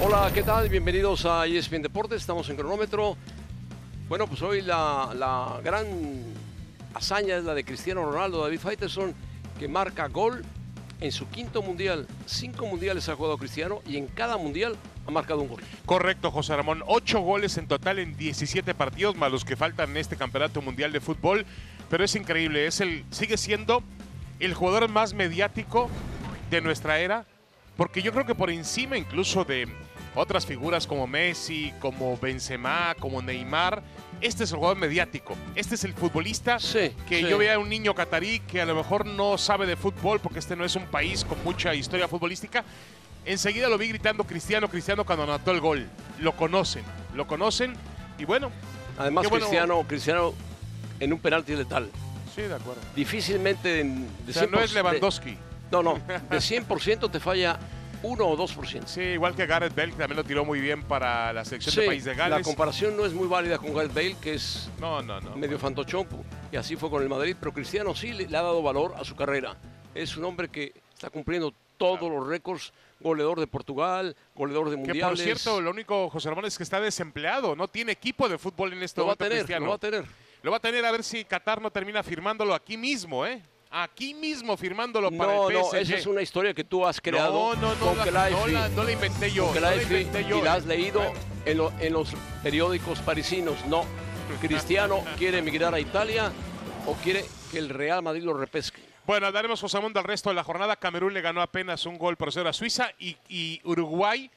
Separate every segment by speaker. Speaker 1: Hola, ¿qué tal? Bienvenidos a E ESPN Deportes, estamos en cronómetro. Bueno, pues hoy la, la gran hazaña es la de Cristiano Ronaldo, David Faitelson, que marca gol en su quinto mundial. Cinco mundiales ha jugado Cristiano y en cada mundial ha marcado un gol.
Speaker 2: Correcto, José Ramón. Ocho goles en total en 17 partidos, más los que faltan en este Campeonato Mundial de Fútbol. Pero es increíble, es el, sigue siendo el jugador más mediático de nuestra era, porque yo creo que por encima incluso de otras figuras como Messi, como Benzema, como Neymar, este es el jugador mediático. Este es el futbolista
Speaker 1: Sí,
Speaker 2: que
Speaker 1: sí.
Speaker 2: yo vea un niño catarí que a lo mejor no sabe de fútbol porque este no es un país con mucha historia futbolística. Enseguida lo vi gritando Cristiano, Cristiano cuando anotó el gol. Lo conocen, lo conocen y bueno,
Speaker 1: Además,
Speaker 2: Qué bueno.
Speaker 1: Cristiano, Cristiano en un penalti letal.
Speaker 2: sí, de acuerdo.
Speaker 1: Difícilmente en, de
Speaker 2: O sea, no
Speaker 1: 100%,
Speaker 2: es Lewandowski.
Speaker 1: de- no, no. De 100% te falla 1 o 2%.
Speaker 2: Sí, igual que Gareth Bale, que también lo tiró muy bien para la selección
Speaker 1: Sí,
Speaker 2: de País de
Speaker 1: la
Speaker 2: Gales.
Speaker 1: comparación no es muy válida con Gareth Bale, que es
Speaker 2: no, no, no.
Speaker 1: Ah, medio fantochón, y así fue con el Madrid, pero Cristiano sí le, le ha dado valor a su carrera. Es un hombre que está cumpliendo todos los récords, goleador de Portugal, goleador de
Speaker 2: Que
Speaker 1: mundiales.
Speaker 2: por cierto, lo único, José Ramón, es que está desempleado. No tiene equipo de fútbol en este
Speaker 1: lo va a
Speaker 2: momento,
Speaker 1: tener,
Speaker 2: Cristiano.
Speaker 1: lo va a tener.
Speaker 2: Lo va a tener a ver si Qatar no termina firmándolo aquí mismo, ¿eh? Aquí mismo firmándolo para
Speaker 1: No,
Speaker 2: el PSG.
Speaker 1: no, esa es una historia que tú has creado
Speaker 2: no, no, no,
Speaker 1: con
Speaker 2: la, no,
Speaker 1: Kelaifi,
Speaker 2: la, no la inventé yo.
Speaker 1: con
Speaker 2: no la
Speaker 1: Kelaifi,
Speaker 2: inventé yo. eh.
Speaker 1: y la has leído en, lo- en los periódicos parisinos. No, Cristiano quiere emigrar a Italia o quiere que el Real Madrid lo repesque.
Speaker 2: Bueno, daremos José Ramón del resto de la jornada. Camerún le ganó apenas un gol por cero a Suiza y, y Uruguay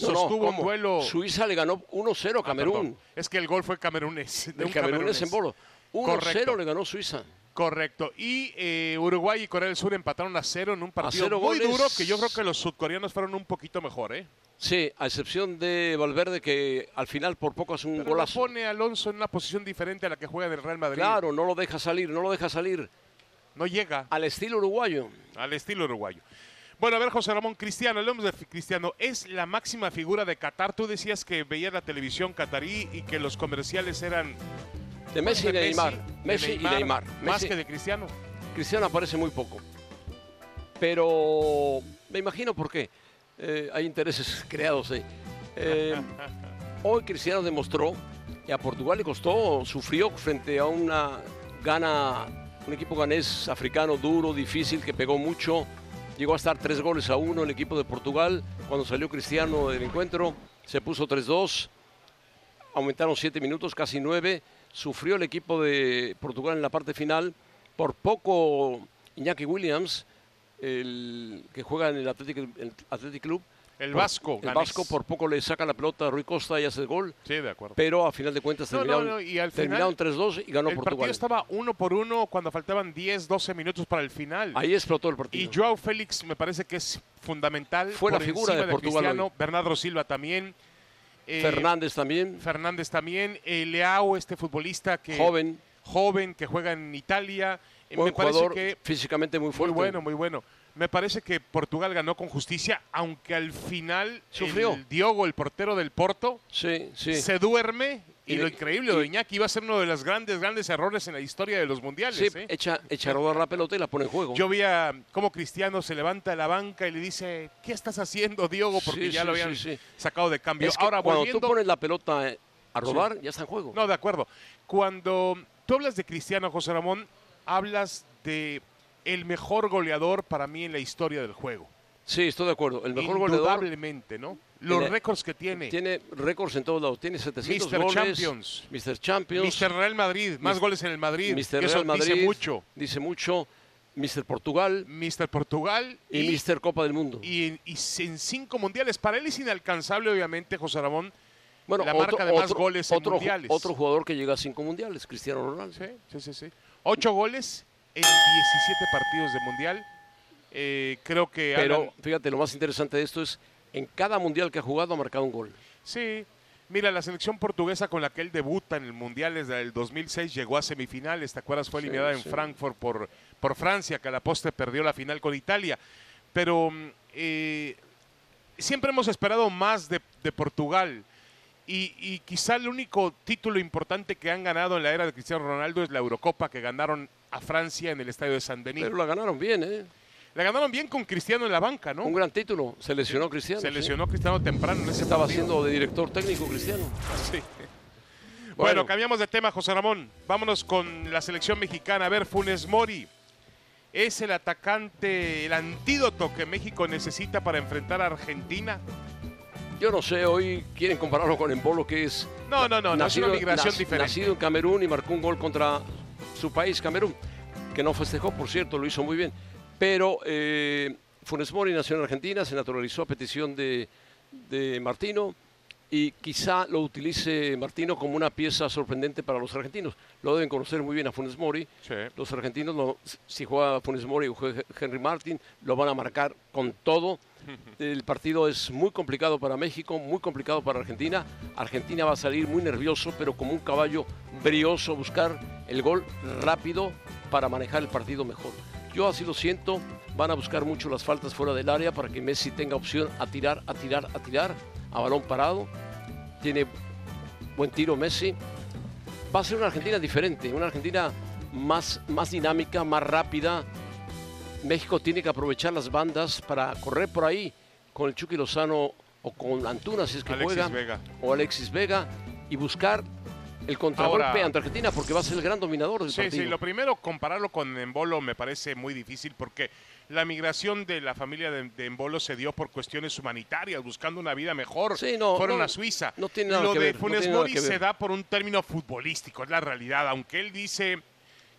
Speaker 1: No, no,
Speaker 2: sostuvo un
Speaker 1: ¿cómo?
Speaker 2: duelo.
Speaker 1: Suiza le ganó 1-0 a
Speaker 2: Ah,
Speaker 1: Camerún.
Speaker 2: perdón, es que el gol fue camerunés. de
Speaker 1: El
Speaker 2: un
Speaker 1: Camerún es en bolo. 1-0
Speaker 2: Correcto.
Speaker 1: le ganó Suiza.
Speaker 2: Correcto. Y eh, Uruguay y Corea del Sur empataron a cero en un partido
Speaker 1: cero
Speaker 2: muy
Speaker 1: goles.
Speaker 2: duro que yo creo que los sudcoreanos fueron un poquito mejor, ¿eh?
Speaker 1: Sí, a excepción de Valverde, que al final por poco hace un
Speaker 2: Pero lo
Speaker 1: golazo.
Speaker 2: pone a Alonso en una posición diferente a la que juega del Real Madrid.
Speaker 1: Claro, no lo deja salir, no lo deja salir.
Speaker 2: No llega
Speaker 1: Al estilo uruguayo.
Speaker 2: al estilo uruguayo. Bueno, a ver, José Ramón Cristiano, el hombre de F- Cristiano es la máxima figura de Qatar. Tú decías que veías la televisión catarí y que los comerciales eran
Speaker 1: De Messi y
Speaker 2: de
Speaker 1: de Neymar. Messi y Neymar.
Speaker 2: Más
Speaker 1: Messi-
Speaker 2: que de Cristiano.
Speaker 1: Cristiano aparece muy poco. Pero me imagino por qué. Eh, hay intereses creados ahí. Eh, hoy Cristiano demostró que a Portugal le costó, sufrió frente a una gana, un equipo ganés africano duro, difícil, que pegó mucho. Llegó a estar tres goles a uno el equipo de Portugal. Cuando salió Cristiano del encuentro, se puso 3-2 aumentaron siete minutos, casi nueve. Sufrió el equipo de Portugal en la parte final. Por poco Iñaki Williams, el que juega en el Athletic, el Athletic Club.
Speaker 2: El
Speaker 1: por-
Speaker 2: Vasco.
Speaker 1: El
Speaker 2: ganés.
Speaker 1: Vasco por poco le saca la pelota a Rui Costa y hace el gol.
Speaker 2: Sí, de acuerdo.
Speaker 1: Pero a final de cuentas
Speaker 2: No, no,
Speaker 1: terminaron,
Speaker 2: no, y al final-
Speaker 1: terminaron 3-2 y ganó
Speaker 2: el partido
Speaker 1: Portugal.
Speaker 2: estaba uno por uno cuando faltaban 10, 12 minutos para el final.
Speaker 1: Ahí explotó el
Speaker 2: Y
Speaker 1: partido.
Speaker 2: Joao Félix me parece que es fundamental.
Speaker 1: Fue la
Speaker 2: por
Speaker 1: figura
Speaker 2: encima
Speaker 1: de Portugal
Speaker 2: Cristiano,
Speaker 1: hoy.
Speaker 2: Bernardo Silva también. eh,
Speaker 1: Fernández también,
Speaker 2: Fernández también. eh, Leao, este futbolista que
Speaker 1: joven,
Speaker 2: joven, que juega en Italia. eh,
Speaker 1: buen
Speaker 2: me parece
Speaker 1: jugador,
Speaker 2: que
Speaker 1: físicamente muy
Speaker 2: muy
Speaker 1: fuerte.
Speaker 2: bueno, muy bueno. Me parece que Portugal ganó con justicia, aunque al final
Speaker 1: Sufrió.
Speaker 2: el Diogo, el portero del Porto,
Speaker 1: Sí, sí.
Speaker 2: se duerme. Y,
Speaker 1: Y-
Speaker 2: lo increíble,
Speaker 1: y-
Speaker 2: de Iñaki iba a ser uno de los grandes, grandes errores en la historia de los mundiales.
Speaker 1: Sí,
Speaker 2: ¿eh?
Speaker 1: echa, echa a rodar la pelota y la pone en juego.
Speaker 2: Yo vi a cómo Cristiano se levanta de la banca y le dice, ¿qué estás haciendo, Diogo? Porque
Speaker 1: Sí,
Speaker 2: ya
Speaker 1: sí,
Speaker 2: lo habían
Speaker 1: sí, sí.
Speaker 2: sacado de cambio.
Speaker 1: Es que
Speaker 2: Ahora
Speaker 1: cuando
Speaker 2: volviendo...
Speaker 1: tú pones la pelota eh, a rodar, ya está en juego.
Speaker 2: No, de acuerdo. Cuando tú hablas de Cristiano José Ramón, hablas de el mejor goleador para mí en la historia del juego.
Speaker 1: Sí, estoy de acuerdo. El mejor goleador
Speaker 2: Indudablemente, ¿no? Los
Speaker 1: Tiene-
Speaker 2: récords que tiene.
Speaker 1: tiene récords en todos lados. Tiene 700
Speaker 2: Mr.
Speaker 1: goles.
Speaker 2: Champions.
Speaker 1: Mr. Champions.
Speaker 2: Mr. Real Madrid, más
Speaker 1: Mis-
Speaker 2: goles en el Madrid.
Speaker 1: Mr.
Speaker 2: que eso
Speaker 1: Real Madrid.
Speaker 2: dice mucho.
Speaker 1: Dice mucho. Mr. Portugal
Speaker 2: Mr. Portugal
Speaker 1: y, Mr. Copa del Mundo.
Speaker 2: y- y en cinco mundiales. Para él es inalcanzable, obviamente, José Ramón.
Speaker 1: bueno,
Speaker 2: la marca de más goles en
Speaker 1: otro, ju-
Speaker 2: mundiales.
Speaker 1: Otro jugador que llega a cinco mundiales, Cristiano Ronaldo.
Speaker 2: Sí, sí, sí, sí. Ocho goles en 17 partidos de mundial. Eh, creo que
Speaker 1: Pero
Speaker 2: Alan-
Speaker 1: fíjate, lo más interesante de esto es en cada mundial que ha jugado ha marcado un gol.
Speaker 2: Sí. Mira, la selección portuguesa con la que él debuta en el Mundial desde el 2006 llegó a semifinales, ¿te acuerdas? Fue
Speaker 1: Sí,
Speaker 2: eliminada en
Speaker 1: sí.
Speaker 2: Frankfurt por, por Francia, que a la poste perdió la final con Italia. Pero mm, eh, siempre hemos esperado más de, de Portugal. Y, y quizá el único título importante que han ganado en la era de Cristiano Ronaldo es la Eurocopa que ganaron a Francia en el estadio de San Denis.
Speaker 1: Pero la ganaron bien, ¿eh?
Speaker 2: La ganaron bien con Cristiano en la banca, ¿no?
Speaker 1: Un gran título. Se lesionó Cristiano.
Speaker 2: Se lesionó Cristiano temprano en
Speaker 1: sí.
Speaker 2: ese
Speaker 1: Estaba
Speaker 2: partido.
Speaker 1: siendo de director técnico Cristiano.
Speaker 2: Sí. Bueno,
Speaker 1: Bueno.
Speaker 2: cambiamos de tema, José Ramón. Vámonos con la selección mexicana. A ver, Funes Mori. Es el atacante, el antídoto que México necesita para enfrentar a Argentina.
Speaker 1: Yo no sé, hoy quieren compararlo con Embolo, que es
Speaker 2: No, no, no, no es una migración
Speaker 1: nac-
Speaker 2: diferente.
Speaker 1: Nacido en Camerún y marcó un gol contra su país, Camerún, que no festejó, por cierto, lo hizo muy bien. Pero eh, Funes Mori nació en Argentina, se naturalizó a petición de, de Martino y quizá lo utilice Martino como una pieza sorprendente para los argentinos. Lo deben conocer muy bien a Funes Mori.
Speaker 2: Sí.
Speaker 1: ¿eh? Los argentinos, no- si juega Funes Mori o juega Henry Martin, lo van a marcar con todo. El partido es muy complicado para México, muy complicado para Argentina. Argentina va a salir muy nervioso, pero como un caballo brioso, buscar el gol rápido para manejar el partido mejor. Yo así lo siento, van a buscar mucho las faltas fuera del área para que Messi tenga opción a tirar, a tirar, a tirar, a balón parado. Tiene buen tiro Messi. Va a ser una Argentina diferente, una Argentina más, más dinámica, más rápida. México tiene que aprovechar las bandas para correr por ahí con el Chucky Lozano o con Antuna, si es que
Speaker 2: Alexis
Speaker 1: juega,
Speaker 2: Vega.
Speaker 1: o Alexis Vega, y buscar el contragolpe
Speaker 2: Ahora-
Speaker 1: ante Argentina porque va a ser el gran dominador del
Speaker 2: Sí,
Speaker 1: partido.
Speaker 2: sí, lo primero, compararlo con Embolo me parece muy difícil porque la migración de la familia de, de Embolo se dio por cuestiones humanitarias, buscando una vida mejor.
Speaker 1: Sí, no,
Speaker 2: Fueron
Speaker 1: no,
Speaker 2: a Suiza.
Speaker 1: no tiene nada
Speaker 2: Lo
Speaker 1: que
Speaker 2: de
Speaker 1: ver, no
Speaker 2: Funes
Speaker 1: tiene nada
Speaker 2: Mori
Speaker 1: que ver.
Speaker 2: se da por un término futbolístico, es la realidad. Aunque él dice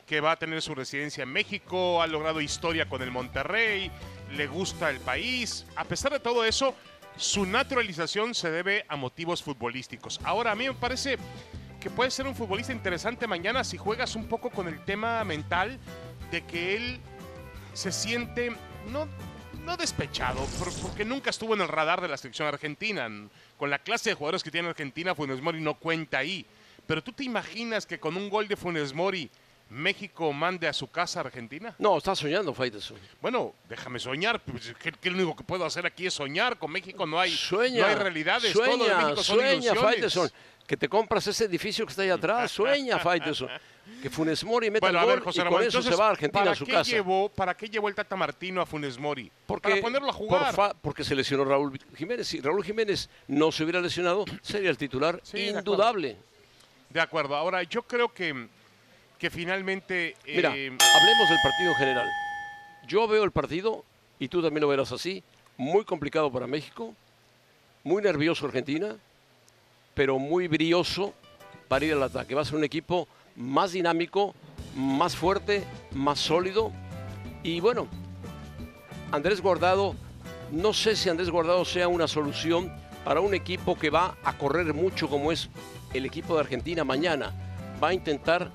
Speaker 2: que va a tener su residencia en México, ha logrado historia con el Monterrey, le gusta el país. A pesar de todo eso, su naturalización se debe a motivos futbolísticos. Ahora, a mí me parece que puede ser un futbolista interesante mañana si juegas un poco con el tema mental de que él se siente no, no despechado, por- porque nunca estuvo en el radar de la selección argentina. Con la clase de jugadores que tiene Argentina, Funes Mori no cuenta ahí. Pero tú te imaginas que con un gol de Funes Mori México mande a su casa a Argentina?
Speaker 1: No, está soñando Faitelson.
Speaker 2: Bueno, déjame soñar, pues, que, que lo único que puedo hacer aquí es soñar. Con México no hay,
Speaker 1: Sueña.
Speaker 2: no hay realidades,
Speaker 1: Sueña,
Speaker 2: todo de México son
Speaker 1: sueña,
Speaker 2: ilusiones.
Speaker 1: Faitelson. Que te compras ese edificio que está ahí atrás. Sueña, Faitelson. Que Funes Mori meta
Speaker 2: Bueno, a
Speaker 1: el gol
Speaker 2: ver, José
Speaker 1: y
Speaker 2: Ramón,
Speaker 1: con eso
Speaker 2: entonces,
Speaker 1: se va a Argentina
Speaker 2: ¿para
Speaker 1: a su
Speaker 2: qué
Speaker 1: casa.
Speaker 2: Llevó, ¿Para qué llevó el Tata Martino a Funes Mori? Para ponerlo a jugar.
Speaker 1: por fa- porque se lesionó Raúl Jiménez. Si Raúl Jiménez no se hubiera lesionado, sería el titular
Speaker 2: Sí, de acuerdo.
Speaker 1: indudable.
Speaker 2: De acuerdo. Ahora, yo creo que, que finalmente. eh,
Speaker 1: Mira, hablemos del partido en general. Yo veo el partido, y tú también lo verás así, muy complicado para México, muy nervioso Argentina, pero muy brioso para ir al ataque. Va a ser un equipo más dinámico, más fuerte, más sólido. Y bueno, Andrés Guardado, no sé si Andrés Guardado sea una solución para un equipo que va a correr mucho como es el equipo de Argentina mañana. Va a intentar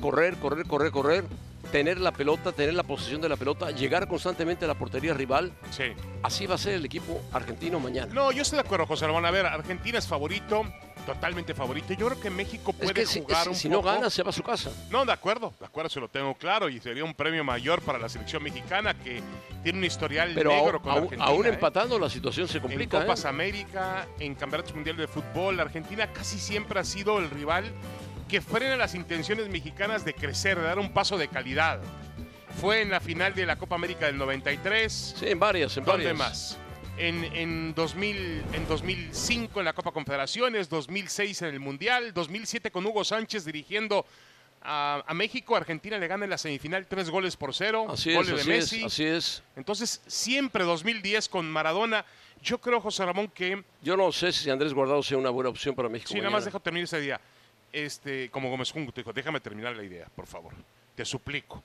Speaker 1: correr, correr, correr, correr, tener la pelota, tener la posesión de la pelota, llegar constantemente a la portería rival.
Speaker 2: sí.
Speaker 1: Así va a ser el equipo argentino mañana.
Speaker 2: No, yo estoy de acuerdo, José Ramón. A ver, Argentina es favorito, totalmente favorito. Yo creo que México puede
Speaker 1: es que si,
Speaker 2: jugar
Speaker 1: si-
Speaker 2: un
Speaker 1: si no
Speaker 2: poco.
Speaker 1: gana, se va a su casa.
Speaker 2: No, de acuerdo, de acuerdo, se lo tengo claro. Y sería un premio mayor para la selección mexicana que tiene un historial
Speaker 1: Pero
Speaker 2: negro
Speaker 1: aún-
Speaker 2: con
Speaker 1: aún,
Speaker 2: Argentina.
Speaker 1: aún
Speaker 2: ¿eh?
Speaker 1: empatando, la situación se complica.
Speaker 2: en Copas
Speaker 1: ¿eh?
Speaker 2: América, en Campeonatos Mundiales de Fútbol, la Argentina casi siempre ha sido el rival que frena las intenciones mexicanas de crecer, de dar un paso de calidad. Fue en la final de la Copa América del 93,
Speaker 1: Sí, en varias, en
Speaker 2: ¿Dónde
Speaker 1: varias.
Speaker 2: más? En, en 2000, en 2005 en la Copa Confederaciones, 2006 en el Mundial, 2007 con Hugo Sánchez dirigiendo a, a México. Argentina le gana en la semifinal tres goles por cero,
Speaker 1: Así es,
Speaker 2: goles de
Speaker 1: así es,
Speaker 2: Messi.
Speaker 1: así es.
Speaker 2: Entonces, siempre 2010 con Maradona. Yo creo, José Ramón, que...
Speaker 1: Yo no sé si Andrés Guardado sea una buena opción para México.
Speaker 2: Sí, nada más
Speaker 1: mañana.
Speaker 2: deja terminar ese día. Este, como Gómez Junco, te dijo, déjame terminar la idea, por favor. Te suplico.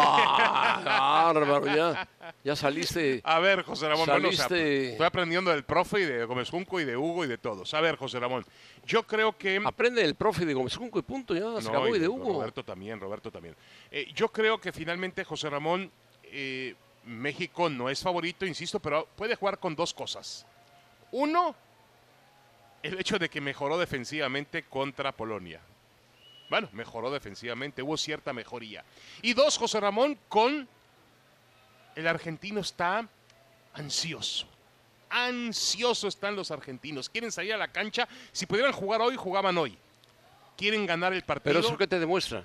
Speaker 1: Ah, bárbaro, ya, ya saliste.
Speaker 2: A ver, José Ramón, bueno, o sea,
Speaker 1: Saliste-
Speaker 2: estoy aprendiendo del profe y de Gómez Junco y de Hugo y de todos. A ver, José Ramón, yo creo que...
Speaker 1: Aprende el profe de Gómez Junco y punto, ya se
Speaker 2: No,
Speaker 1: acabó y de
Speaker 2: de
Speaker 1: Hugo.
Speaker 2: Roberto también, Roberto también. Eh, yo creo que finalmente, José Ramón, eh, México no es favorito, insisto, pero puede jugar con dos cosas. Uno, el hecho de que mejoró defensivamente contra Polonia. Bueno, mejoró defensivamente, hubo cierta mejoría. Y dos, José Ramón, con el argentino está ansioso. Ansioso están los argentinos. Quieren salir a la cancha. Si pudieran jugar hoy, jugaban hoy. Quieren ganar el partido.
Speaker 1: Pero eso que te demuestra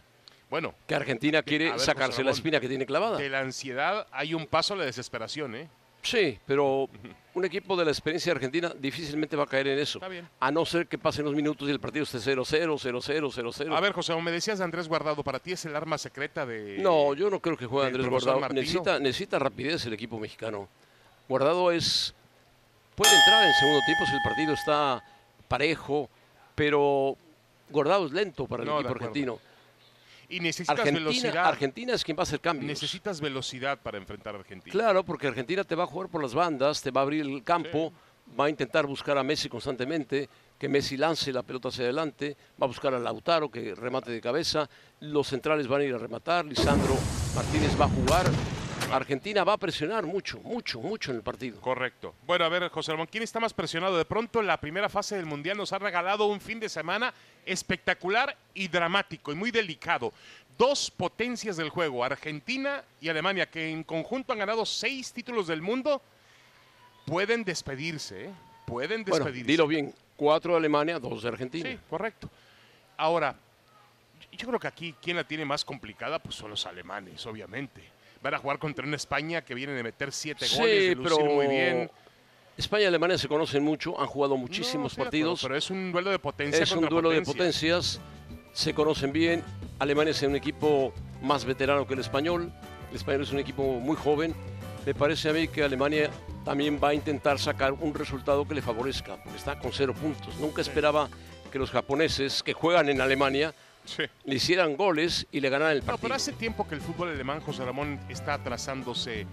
Speaker 2: Bueno, eh,
Speaker 1: Que Argentina quiere
Speaker 2: A ver,
Speaker 1: sacarse
Speaker 2: José
Speaker 1: la
Speaker 2: Ramón.
Speaker 1: espina que tiene clavada.
Speaker 2: de la ansiedad hay un paso a la desesperación, ¿eh?
Speaker 1: Sí, pero un equipo de la experiencia argentina difícilmente va a caer en eso.
Speaker 2: Está bien.
Speaker 1: A no ser que pasen los minutos y el partido esté 0-0, 0-0, 0-0.
Speaker 2: A ver, José, me decías de Andrés Guardado, ¿para ti es el arma secreta de...?
Speaker 1: No, yo no creo que juegue
Speaker 2: del
Speaker 1: Andrés
Speaker 2: profesor
Speaker 1: Guardado.
Speaker 2: Martino.
Speaker 1: Necesita, necesita rapidez el equipo mexicano. Guardado es. Puede entrar en segundo tiempo si el partido está parejo, pero Guardado es lento para el
Speaker 2: No, de
Speaker 1: equipo
Speaker 2: acuerdo.
Speaker 1: argentino.
Speaker 2: Y necesitas
Speaker 1: Argentina,
Speaker 2: velocidad.
Speaker 1: Argentina es quien va a hacer cambios.
Speaker 2: Necesitas velocidad para enfrentar a Argentina.
Speaker 1: Claro, porque Argentina te va a jugar por las bandas, te va a abrir el campo, va a intentar buscar a Messi constantemente, que Messi lance la pelota hacia adelante, va a buscar a Lautaro que remate de cabeza, los centrales van a ir a rematar, Lisandro Martínez va a jugar. Argentina va a presionar mucho, mucho, mucho en el partido.
Speaker 2: Correcto. Bueno, a ver, José Ramón, ¿quién está más presionado? De pronto, la primera fase del Mundial nos ha regalado un fin de semana espectacular y dramático y muy delicado. Dos potencias del juego, Argentina y Alemania, que en conjunto han ganado seis títulos del mundo, pueden despedirse, ¿eh? Pueden
Speaker 1: Bueno,
Speaker 2: despedirse.
Speaker 1: dilo bien, cuatro de Alemania, dos de Argentina.
Speaker 2: Sí, correcto. Ahora, yo- yo creo que aquí quien la tiene más complicada pues son los alemanes, obviamente. Van a jugar contra una España que viene de meter siete
Speaker 1: Sí,
Speaker 2: goles, de lucir
Speaker 1: pero
Speaker 2: muy bien.
Speaker 1: España y Alemania se conocen mucho, han jugado
Speaker 2: No,
Speaker 1: muchísimos
Speaker 2: estoy de
Speaker 1: partidos.
Speaker 2: acuerdo, pero es un duelo de potencia.
Speaker 1: Es un
Speaker 2: contra
Speaker 1: duelo de potencias, se conocen bien. Alemania es un equipo más veterano que el español. El español es un equipo muy joven. Me parece a mí que Alemania también va a intentar sacar un resultado que le favorezca, porque está con cero puntos. Nunca esperaba que los japoneses que juegan en Alemania
Speaker 2: Sí.
Speaker 1: le hicieran goles y le ganaran el
Speaker 2: No,
Speaker 1: partido.
Speaker 2: pero hace tiempo que el fútbol alemán, José Ramón, está atrasándose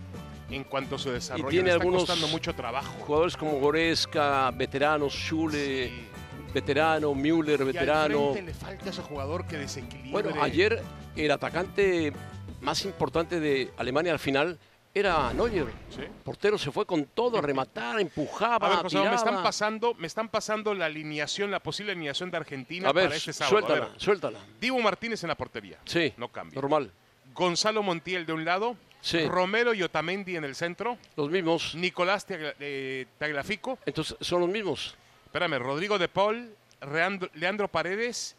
Speaker 2: en cuanto a su desarrollo.
Speaker 1: tiene
Speaker 2: le está
Speaker 1: algunos
Speaker 2: costando mucho trabajo.
Speaker 1: Jugadores como Goretzka, veterano, Schule,
Speaker 2: Sí.
Speaker 1: veterano, Müller,
Speaker 2: Y al
Speaker 1: veterano.
Speaker 2: frente le falta ese jugador que desequilibre.
Speaker 1: Bueno, ayer el atacante más importante de Alemania al final era Neuer.
Speaker 2: Sí.
Speaker 1: Portero se fue con todo a rematar, empujaba,
Speaker 2: A ver, José, Ramón, me están
Speaker 1: tiraba.
Speaker 2: pasando, me están pasando la alineación, la posible alineación de Argentina
Speaker 1: A ver,
Speaker 2: para este sábado. A
Speaker 1: suéltala,
Speaker 2: ver,
Speaker 1: suéltala.
Speaker 2: Dibu Martínez en la portería.
Speaker 1: Sí,
Speaker 2: No cambia.
Speaker 1: normal.
Speaker 2: Gonzalo Montiel de un lado.
Speaker 1: Sí.
Speaker 2: Romero y Otamendi en el centro.
Speaker 1: Los mismos.
Speaker 2: Nicolás Tagla- eh, Taglafico.
Speaker 1: Entonces, son los mismos.
Speaker 2: Espérame, Rodrigo de Paul, Reand- Leandro Paredes,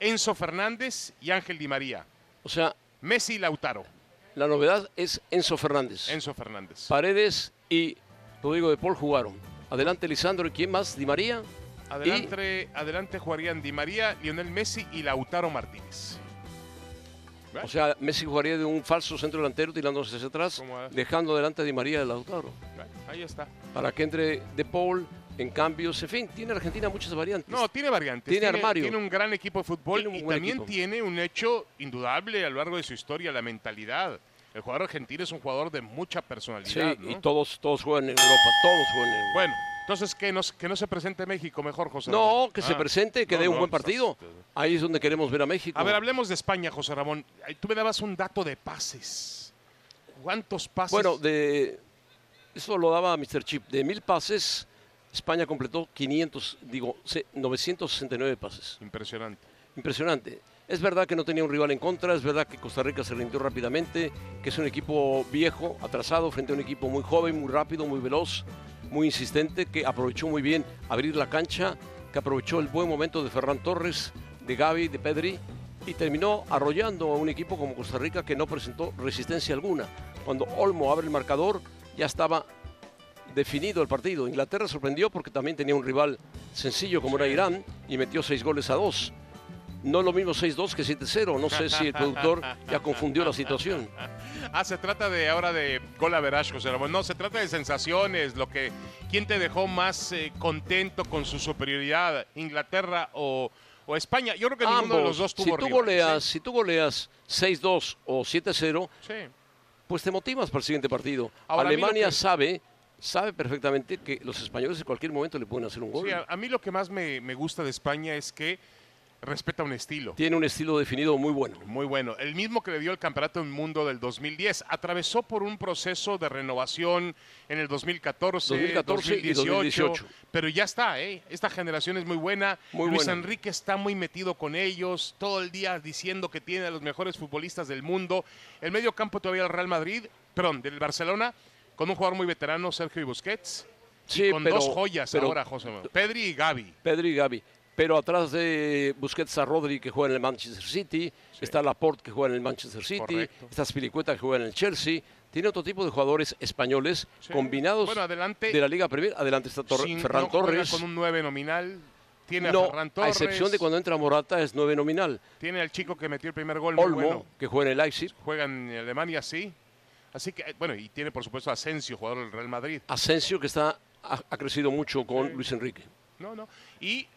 Speaker 2: Enzo Fernández y Ángel Di María.
Speaker 1: O sea,
Speaker 2: Messi y Lautaro.
Speaker 1: la novedad es Enzo Fernández.
Speaker 2: Enzo Fernández.
Speaker 1: Paredes y Rodrigo de Paul jugaron. Adelante Lisandro y quién más? Di María.
Speaker 2: Adelante, adelante jugarían Di María, Lionel Messi y Lautaro Martínez. ¿Eh?
Speaker 1: O sea, Messi jugaría de un falso centro delantero tirándose hacia atrás,
Speaker 2: ¿Cómo va?
Speaker 1: dejando adelante a Di María y a Lautaro.
Speaker 2: Ahí está.
Speaker 1: para que entre De Paul. En cambio, en fin, tiene Argentina muchas variantes.
Speaker 2: No, tiene variantes.
Speaker 1: Tiene armario.
Speaker 2: Tiene un gran equipo de fútbol
Speaker 1: Tiene un
Speaker 2: y
Speaker 1: buen
Speaker 2: también
Speaker 1: equipo.
Speaker 2: tiene un hecho indudable a lo largo de su historia, la mentalidad. El jugador argentino es un jugador de mucha
Speaker 1: sí,
Speaker 2: personalidad. ¿no?
Speaker 1: y todos, todos juegan en Europa, todos juegan en Europa.
Speaker 2: Bueno, entonces que, nos, que no se presente México mejor, José.
Speaker 1: no,
Speaker 2: Ramón.
Speaker 1: que
Speaker 2: Ah.
Speaker 1: se presente, que
Speaker 2: No,
Speaker 1: dé un
Speaker 2: no,
Speaker 1: buen
Speaker 2: estás-
Speaker 1: partido. Ahí es donde queremos ver a México.
Speaker 2: A ver, hablemos de España, José Ramón. Ay, Tú me dabas un dato de pases. ¿Cuántos pases?
Speaker 1: bueno, de eso lo daba Mr. Chip. De mil pases, España completó 500, digo, se- 969 pases.
Speaker 2: Impresionante.
Speaker 1: Impresionante. Es verdad que no tenía un rival en contra, es verdad que Costa Rica se rindió rápidamente, que es un equipo viejo, atrasado, frente a un equipo muy joven, muy rápido, muy veloz, muy insistente, que aprovechó muy bien abrir la cancha, que aprovechó el buen momento de Ferran Torres, de Gaby, de Pedri, y terminó arrollando a un equipo como Costa Rica que no presentó resistencia alguna. Cuando Olmo abre el marcador, ya estaba definido el partido. Inglaterra sorprendió porque también tenía un rival sencillo como era Irán y metió seis goles a dos. No es lo mismo 6-2 que 7-0. No sé si el productor ya confundió la situación.
Speaker 2: Ah, se trata de ahora de gol average, José Ramón. No, se trata de sensaciones, lo que quién te dejó más eh, contento con su superioridad, Inglaterra o, o España. Yo creo que ninguno de los dos tuvo
Speaker 1: si, tú
Speaker 2: rivales,
Speaker 1: goleas, si tú goleas 6-2 o 7-0,
Speaker 2: Sí. Sí.
Speaker 1: pues te motivas para el siguiente partido.
Speaker 2: Ahora, a mí lo
Speaker 1: Alemania
Speaker 2: que-
Speaker 1: sabe, sabe perfectamente que los españoles en cualquier momento le pueden hacer un gol.
Speaker 2: Sí, a, a mí lo que más me, me gusta de España es que respeta un estilo.
Speaker 1: Tiene un estilo definido muy bueno.
Speaker 2: Muy bueno. El mismo que le dio el Campeonato del Mundo del 2010. Atravesó por un proceso de renovación en el 2014,
Speaker 1: 2014 y 2018.
Speaker 2: Pero ya está, ¿eh? Esta generación es muy buena.
Speaker 1: Muy
Speaker 2: Luis
Speaker 1: buena.
Speaker 2: Enrique está muy metido con ellos. Todo el día diciendo que tiene a los mejores futbolistas del mundo. El medio campo todavía del Real Madrid, perdón, del Barcelona, con un jugador muy veterano, Sergio y Busquets.
Speaker 1: Sí,
Speaker 2: con
Speaker 1: pero-
Speaker 2: dos joyas
Speaker 1: pero
Speaker 2: ahora, José Manuel. Pedri y Gaby.
Speaker 1: Pedri y Gaby. Pero atrás de Busquets a Rodri, que juega en el Manchester City, está Laporte, que juega en el Manchester City,
Speaker 2: Correcto.
Speaker 1: está Spilicueta, que juega en el Chelsea. Tiene otro tipo de jugadores españoles
Speaker 2: Sí.
Speaker 1: combinados
Speaker 2: Bueno, adelante.
Speaker 1: de la Liga Premier. Adelante está Tor-
Speaker 2: sin-
Speaker 1: Ferran
Speaker 2: no juega
Speaker 1: Torres.
Speaker 2: Con un 9 nominal. Tiene a
Speaker 1: no,
Speaker 2: Ferran
Speaker 1: a
Speaker 2: Torres.
Speaker 1: excepción de cuando entra Morata, es nueve nominal.
Speaker 2: Tiene al chico que metió el primer gol. muy
Speaker 1: Olmo,
Speaker 2: bueno.
Speaker 1: que juega en el Leipzig.
Speaker 2: Juega en Alemania, sí. Así que, eh, bueno, y tiene por supuesto a Asensio, jugador del Real Madrid.
Speaker 1: Asensio, que está, ha, ha crecido mucho con Luis Enrique.
Speaker 2: No, no. Y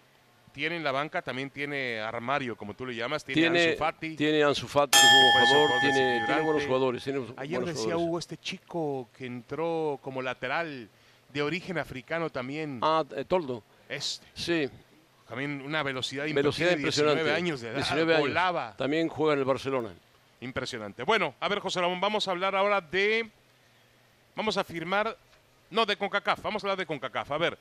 Speaker 2: tiene en la banca, también tiene armario, como tú le llamas. Tiene, a
Speaker 1: Tiene,
Speaker 2: Ansu Fati.
Speaker 1: tiene a Ansu Fati, que es un
Speaker 2: Puede ser
Speaker 1: buen
Speaker 2: un
Speaker 1: jugador,
Speaker 2: gol
Speaker 1: tiene, tiene
Speaker 2: desequilibrante.
Speaker 1: buenos jugadores. tiene buenos
Speaker 2: Ayer decía
Speaker 1: jugadores.
Speaker 2: Hugo, este chico que entró como lateral de origen africano también.
Speaker 1: Ah, eh, Toldo,
Speaker 2: Este.
Speaker 1: sí,
Speaker 2: También una velocidad,
Speaker 1: velocidad impresionante.
Speaker 2: 19 años de edad.
Speaker 1: 19 años.
Speaker 2: Volaba.
Speaker 1: También juega en el Barcelona.
Speaker 2: Impresionante. Bueno, a ver, José Ramón, vamos a hablar ahora de. Vamos a firmar. No, de CONCACAF. Vamos a hablar de CONCACAF. A ver,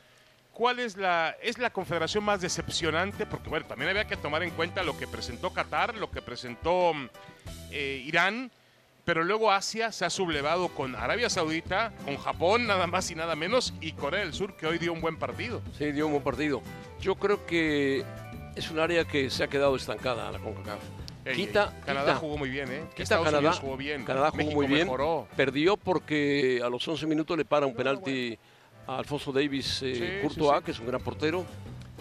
Speaker 2: ¿cuál es la, es la confederación más decepcionante? Porque, bueno, también había que tomar en cuenta lo que presentó Qatar, lo que presentó mm, eh, Irán. Pero luego Asia se ha sublevado con Arabia Saudita, con Japón, nada más y nada menos, y Corea del Sur, que hoy dio un buen partido.
Speaker 1: Sí, dio un buen partido. Yo creo que es un área que se ha quedado estancada la CONCACAF.
Speaker 2: Ey,
Speaker 1: quita,
Speaker 2: ey, Canadá
Speaker 1: quita,
Speaker 2: jugó muy bien, ¿eh?
Speaker 1: quita
Speaker 2: Estados
Speaker 1: Canadá.
Speaker 2: Unidos jugó bien.
Speaker 1: Canadá jugó
Speaker 2: México
Speaker 1: muy bien.
Speaker 2: mejoró.
Speaker 1: Perdió porque a los 11 minutos le para un penalti a Alfonso Davis eh,
Speaker 2: Sí, sí,
Speaker 1: Courtois,
Speaker 2: sí.
Speaker 1: que es un gran portero,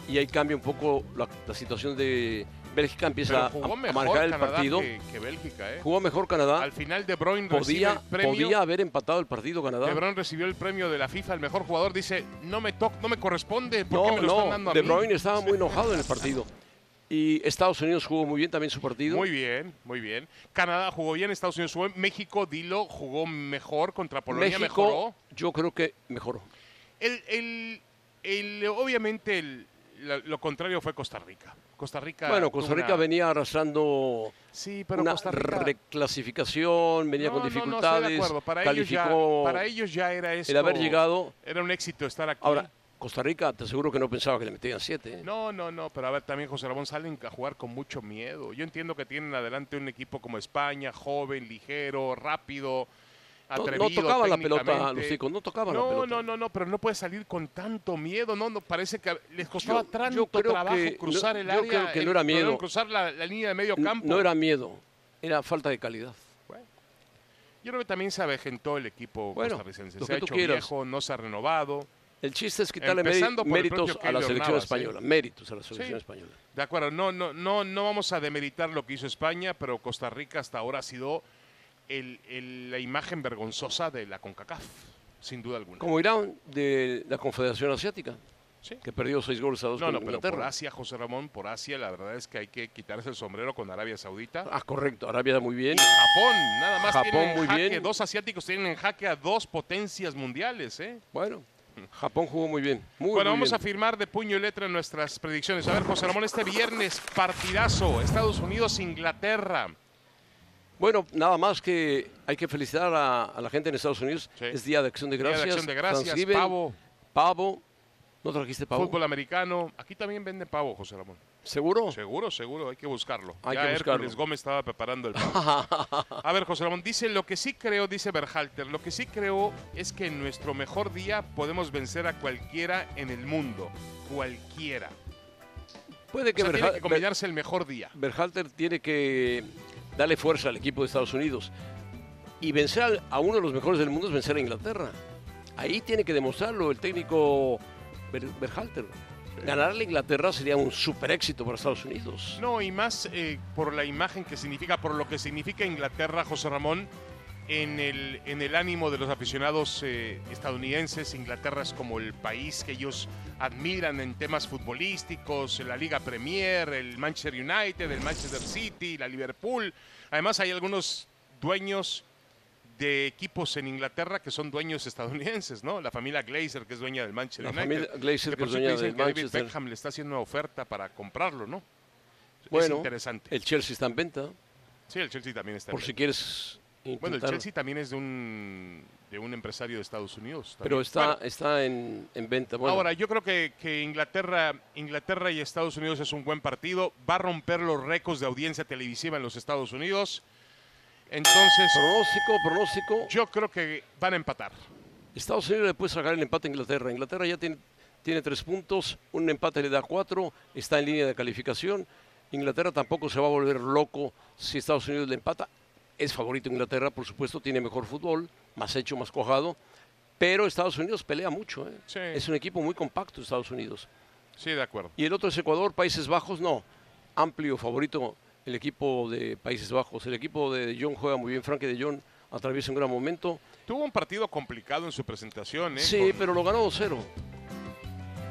Speaker 1: y ahí cambia un poco la, la situación de Bélgica, empieza
Speaker 2: Pero
Speaker 1: a,
Speaker 2: jugó
Speaker 1: a
Speaker 2: mejor
Speaker 1: marcar el
Speaker 2: Canadá
Speaker 1: partido.
Speaker 2: Que, que Bélgica, ¿eh?
Speaker 1: Jugó mejor Canadá,
Speaker 2: Al final De Bruyne recibe
Speaker 1: podía,
Speaker 2: el premio.
Speaker 1: podía haber empatado el partido Canadá.
Speaker 2: De Bruyne recibió el premio de la FIFA, el mejor jugador. Dice, no me toc, no me corresponde, ¿por qué
Speaker 1: No,
Speaker 2: me lo están dando
Speaker 1: no,
Speaker 2: a
Speaker 1: De
Speaker 2: mí?".
Speaker 1: Bruyne estaba muy enojado en el partido. Y Estados Unidos jugó muy bien también su partido.
Speaker 2: Muy bien, muy bien. Canadá jugó bien, Estados Unidos jugó bien. México, dilo, jugó mejor contra Polonia,
Speaker 1: México,
Speaker 2: mejoró.
Speaker 1: yo creo que mejoró.
Speaker 2: El, el- el- obviamente, el- la- lo contrario fue Costa Rica. Costa Rica.
Speaker 1: bueno, Costa
Speaker 2: tuvo
Speaker 1: Rica
Speaker 2: una-
Speaker 1: venía arrastrando
Speaker 2: Sí, pero
Speaker 1: una
Speaker 2: Costa Rica.
Speaker 1: reclasificación, venía
Speaker 2: No,
Speaker 1: con
Speaker 2: no, no, estoy de
Speaker 1: dificultades,
Speaker 2: acuerdo. para
Speaker 1: calificó
Speaker 2: ellos ya, para ellos ya era esto.
Speaker 1: el haber llegado.
Speaker 2: Era un éxito estar aquí.
Speaker 1: Ahora, Costa Rica, te aseguro que no pensaba que le metían siete. ¿eh?
Speaker 2: No, no, no, pero a ver, también José Ramón salen a jugar con mucho miedo. Yo entiendo que tienen adelante un equipo como España, joven, ligero, rápido,
Speaker 1: No-
Speaker 2: atrevido.
Speaker 1: no tocaban la pelota
Speaker 2: técnicamente.
Speaker 1: los chicos, no tocaban la
Speaker 2: No,
Speaker 1: pelota.
Speaker 2: no, no, no, pero no puede salir con tanto miedo. No, no, parece que les costaba
Speaker 1: Yo- yo
Speaker 2: tanto
Speaker 1: creo
Speaker 2: trabajo
Speaker 1: que no-
Speaker 2: cruzar el
Speaker 1: yo
Speaker 2: área.
Speaker 1: creo que
Speaker 2: el-
Speaker 1: no era
Speaker 2: perdón,
Speaker 1: miedo.
Speaker 2: cruzar la, la línea de medio
Speaker 1: N-
Speaker 2: campo.
Speaker 1: No era miedo, era falta de calidad.
Speaker 2: Bueno, yo creo que también se avejentó el equipo
Speaker 1: Bueno,
Speaker 2: costarricense.
Speaker 1: lo
Speaker 2: Se
Speaker 1: que
Speaker 2: ha
Speaker 1: tú
Speaker 2: hecho
Speaker 1: quieras.
Speaker 2: viejo, no se ha renovado.
Speaker 1: El chiste es quitarle méri-
Speaker 2: Empezando por el
Speaker 1: méritos
Speaker 2: propio
Speaker 1: a la
Speaker 2: Keylor
Speaker 1: selección
Speaker 2: Navas, ¿eh?
Speaker 1: española. Méritos a la selección
Speaker 2: Sí.
Speaker 1: española.
Speaker 2: De acuerdo, no, no, no, no vamos a demeritar lo que hizo España, pero Costa Rica hasta ahora ha sido el- el- la imagen vergonzosa de la CONCACAF, sin duda alguna.
Speaker 1: Como Irán de la Confederación Asiática,
Speaker 2: Sí.
Speaker 1: que perdió seis goles a dos
Speaker 2: No,
Speaker 1: con
Speaker 2: no, pero por
Speaker 1: Inglaterra.
Speaker 2: Asia, José Ramón, por Asia, la verdad es que hay que quitarse el sombrero con Arabia Saudita.
Speaker 1: Ah, correcto. Arabia muy bien.
Speaker 2: Japón, nada más
Speaker 1: Japón,
Speaker 2: tienen en
Speaker 1: muy
Speaker 2: jaque,
Speaker 1: bien.
Speaker 2: dos asiáticos tienen en jaque a dos potencias mundiales, ¿eh?
Speaker 1: Bueno, Japón jugó muy bien. Muy,
Speaker 2: bueno,
Speaker 1: muy
Speaker 2: vamos
Speaker 1: bien.
Speaker 2: a firmar de puño y letra nuestras predicciones. A ver, José Ramón, este viernes partidazo, Estados Unidos, Inglaterra.
Speaker 1: Bueno, nada más que hay que felicitar a, a la gente en Estados Unidos.
Speaker 2: Sí.
Speaker 1: Es Día de Acción de
Speaker 2: Día de
Speaker 1: Gracias.
Speaker 2: Acción de Gracias,
Speaker 1: Thanksgiving,
Speaker 2: pavo.
Speaker 1: Pavo. ¿No trajiste pavo?
Speaker 2: Fútbol americano. Aquí también venden pavo, José Ramón.
Speaker 1: ¿Seguro?
Speaker 2: Seguro, seguro, hay que buscarlo.
Speaker 1: Hay
Speaker 2: ya
Speaker 1: que buscarlo.
Speaker 2: Hércules Gómez estaba preparando el pavo. A ver, José Ramón, dice lo que sí creo, dice Berhalter, lo que sí creo es que en nuestro mejor día podemos vencer a cualquiera en el mundo. Cualquiera.
Speaker 1: Puede
Speaker 2: O
Speaker 1: que,
Speaker 2: sea, tiene
Speaker 1: Berha-
Speaker 2: que combinarse el mejor día.
Speaker 1: Ber- Berhalter tiene que darle fuerza al equipo de Estados Unidos. Y vencer al- a uno de los mejores del mundo es vencer a Inglaterra. Ahí tiene que demostrarlo el técnico Ber- Berhalter. Ganarle a Inglaterra sería un super éxito para Estados Unidos.
Speaker 2: No, y más eh, por la imagen que significa, por lo que significa Inglaterra, José Ramón, en el, en el ánimo de los aficionados eh, estadounidenses. Inglaterra es como el país que ellos admiran en temas futbolísticos, la Liga Premier, el Manchester United, el Manchester City, la Liverpool. Además hay algunos dueños de equipos en Inglaterra que son dueños estadounidenses, ¿no? La familia Glazer, que es dueña del Manchester
Speaker 1: La
Speaker 2: United.
Speaker 1: familia Glazer,
Speaker 2: que
Speaker 1: que
Speaker 2: por
Speaker 1: es
Speaker 2: cierto
Speaker 1: dueña
Speaker 2: dicen
Speaker 1: del
Speaker 2: que David
Speaker 1: Manchester.
Speaker 2: Beckham le está haciendo una oferta para comprarlo, ¿no?
Speaker 1: Bueno,
Speaker 2: es interesante.
Speaker 1: El Chelsea está en venta,
Speaker 2: sí, el Chelsea también está. en
Speaker 1: por
Speaker 2: venta.
Speaker 1: si quieres
Speaker 2: bueno, el
Speaker 1: intentar.
Speaker 2: Chelsea también es de un, de un empresario de Estados Unidos. también.
Speaker 1: pero está,
Speaker 2: Bueno,
Speaker 1: está en, en venta. Bueno,
Speaker 2: Ahora, yo creo que, que Inglaterra, Inglaterra y Estados Unidos es un buen partido. Va a romper los récords de audiencia televisiva en los Estados Unidos. Entonces,
Speaker 1: pronóstico, pronóstico.
Speaker 2: yo creo que van a empatar.
Speaker 1: Estados Unidos le puede sacar el empate a Inglaterra. Inglaterra ya tiene tiene tres puntos, un empate le da cuatro, está en línea de calificación. Inglaterra tampoco se va a volver loco si Estados Unidos le empata. Es favorito Inglaterra, por supuesto, tiene mejor fútbol, más hecho, más cojado, pero Estados Unidos pelea mucho. ¿eh?
Speaker 2: Sí.
Speaker 1: Es un equipo muy compacto Estados Unidos.
Speaker 2: Sí, de acuerdo.
Speaker 1: Y el otro es Ecuador, Países Bajos, no. Amplio favorito el equipo de Países Bajos. El equipo de De Jong juega muy bien. Frankie De Jong atraviesa un gran momento.
Speaker 2: Tuvo un partido complicado en su presentación, ¿eh?
Speaker 1: Sí,
Speaker 2: con,
Speaker 1: pero lo ganó 2-0.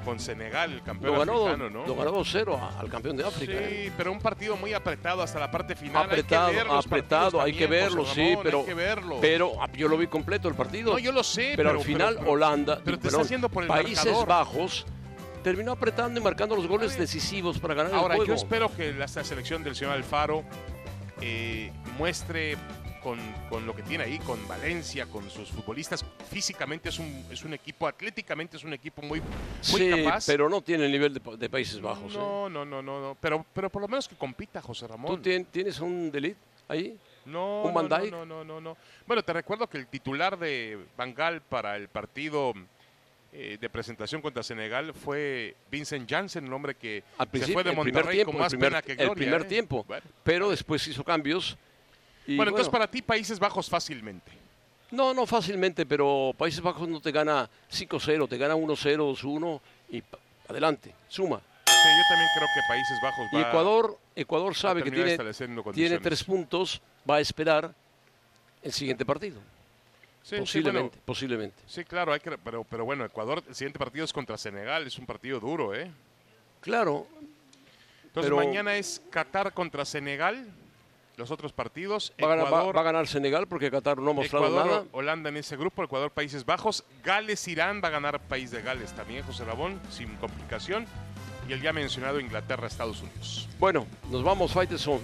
Speaker 2: con Senegal, el campeón
Speaker 1: Lo ganó,
Speaker 2: africano, ¿no?
Speaker 1: lo ganó 2-0 a- al campeón de África. ¿eh?
Speaker 2: Sí, pero un partido muy apretado hasta la parte final.
Speaker 1: Apretado,
Speaker 2: hay que ver los
Speaker 1: apretado,
Speaker 2: partidos
Speaker 1: hay que
Speaker 2: también,
Speaker 1: verlo,
Speaker 2: José
Speaker 1: sí,
Speaker 2: Ramón,
Speaker 1: pero,
Speaker 2: hay que verlo.
Speaker 1: pero ah, yo lo vi completo el partido.
Speaker 2: no, yo lo sé,
Speaker 1: pero, al final
Speaker 2: pero-
Speaker 1: Holanda,
Speaker 2: pero te está
Speaker 1: perdón,
Speaker 2: haciendo por el
Speaker 1: Países
Speaker 2: marcador.
Speaker 1: Bajos, terminó apretando y marcando los goles decisivos para ganar
Speaker 2: Ahora,
Speaker 1: el
Speaker 2: yo
Speaker 1: juego.
Speaker 2: espero que la esta selección del señor Alfaro eh, muestre con, con lo que tiene ahí, con Valencia, con sus futbolistas. Físicamente es un, es un equipo, atléticamente es un equipo muy, muy
Speaker 1: sí,
Speaker 2: capaz.
Speaker 1: pero no tiene el nivel de, pa- de Países Bajos. ¿eh?
Speaker 2: no, no, no, no, no. Pero, pero por lo menos que compita, José Ramón.
Speaker 1: ¿Tú tien- tienes un delito ahí?
Speaker 2: No,
Speaker 1: ¿Un
Speaker 2: no,
Speaker 1: Van
Speaker 2: no,
Speaker 1: Dijk?
Speaker 2: no, no, no, no. Bueno, te recuerdo que el titular de Bangal para el partido eh, de presentación contra Senegal fue Vincent Janssen, el hombre que
Speaker 1: Al
Speaker 2: se
Speaker 1: principio,
Speaker 2: fue de
Speaker 1: el primer
Speaker 2: Monterrey
Speaker 1: tiempo,
Speaker 2: con más
Speaker 1: el primer-
Speaker 2: pena que
Speaker 1: el
Speaker 2: gloria.
Speaker 1: primer
Speaker 2: ¿eh?
Speaker 1: tiempo.
Speaker 2: Bueno,
Speaker 1: Pero después hizo cambios. Y
Speaker 2: Bueno, entonces
Speaker 1: bueno,
Speaker 2: para ti Países Bajos fácilmente.
Speaker 1: No, no fácilmente, pero Países Bajos no te gana 5-0, te gana 1-0, 2-1 y pa- adelante, suma.
Speaker 2: Sí, yo también creo que Países Bajos va
Speaker 1: Y Ecuador, Ecuador
Speaker 2: a
Speaker 1: sabe que
Speaker 2: terminar
Speaker 1: tiene,
Speaker 2: estableciendo
Speaker 1: tiene
Speaker 2: condiciones.
Speaker 1: tres puntos, va a esperar el siguiente partido.
Speaker 2: Sí, sí,
Speaker 1: posiblemente,
Speaker 2: bueno,
Speaker 1: posiblemente.
Speaker 2: Sí, claro, hay que, pero, pero bueno, Ecuador, el siguiente partido es contra Senegal, es un partido duro, ¿eh?
Speaker 1: Claro,
Speaker 2: Entonces
Speaker 1: Pero-
Speaker 2: mañana es Qatar contra Senegal, los otros partidos,
Speaker 1: va a, ganar, va-
Speaker 2: Ecuador,
Speaker 1: va a ganar Senegal porque Qatar no ha mostrado
Speaker 2: Ecuador,
Speaker 1: nada.
Speaker 2: Holanda en ese grupo, Ecuador, Países Bajos, Gales, Irán, va a ganar País de Gales también, José Rabón, sin complicación, y el ya mencionado Inglaterra, Estados Unidos.
Speaker 1: Bueno, nos vamos, Faitelson.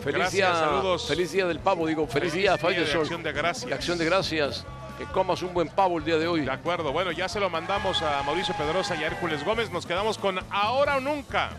Speaker 1: Feliz
Speaker 2: Gracias,
Speaker 1: día,
Speaker 2: saludos.
Speaker 1: feliz día del pavo, digo, feliz, día,
Speaker 2: Feliz día de
Speaker 1: Faitelson.
Speaker 2: acción de gracias.
Speaker 1: De Acción de gracias. Que comas un buen pavo el día de hoy.
Speaker 2: De acuerdo, bueno, ya se lo mandamos a Mauricio Pedrosa y a Hércules Gómez, nos quedamos con Ahora o Nunca.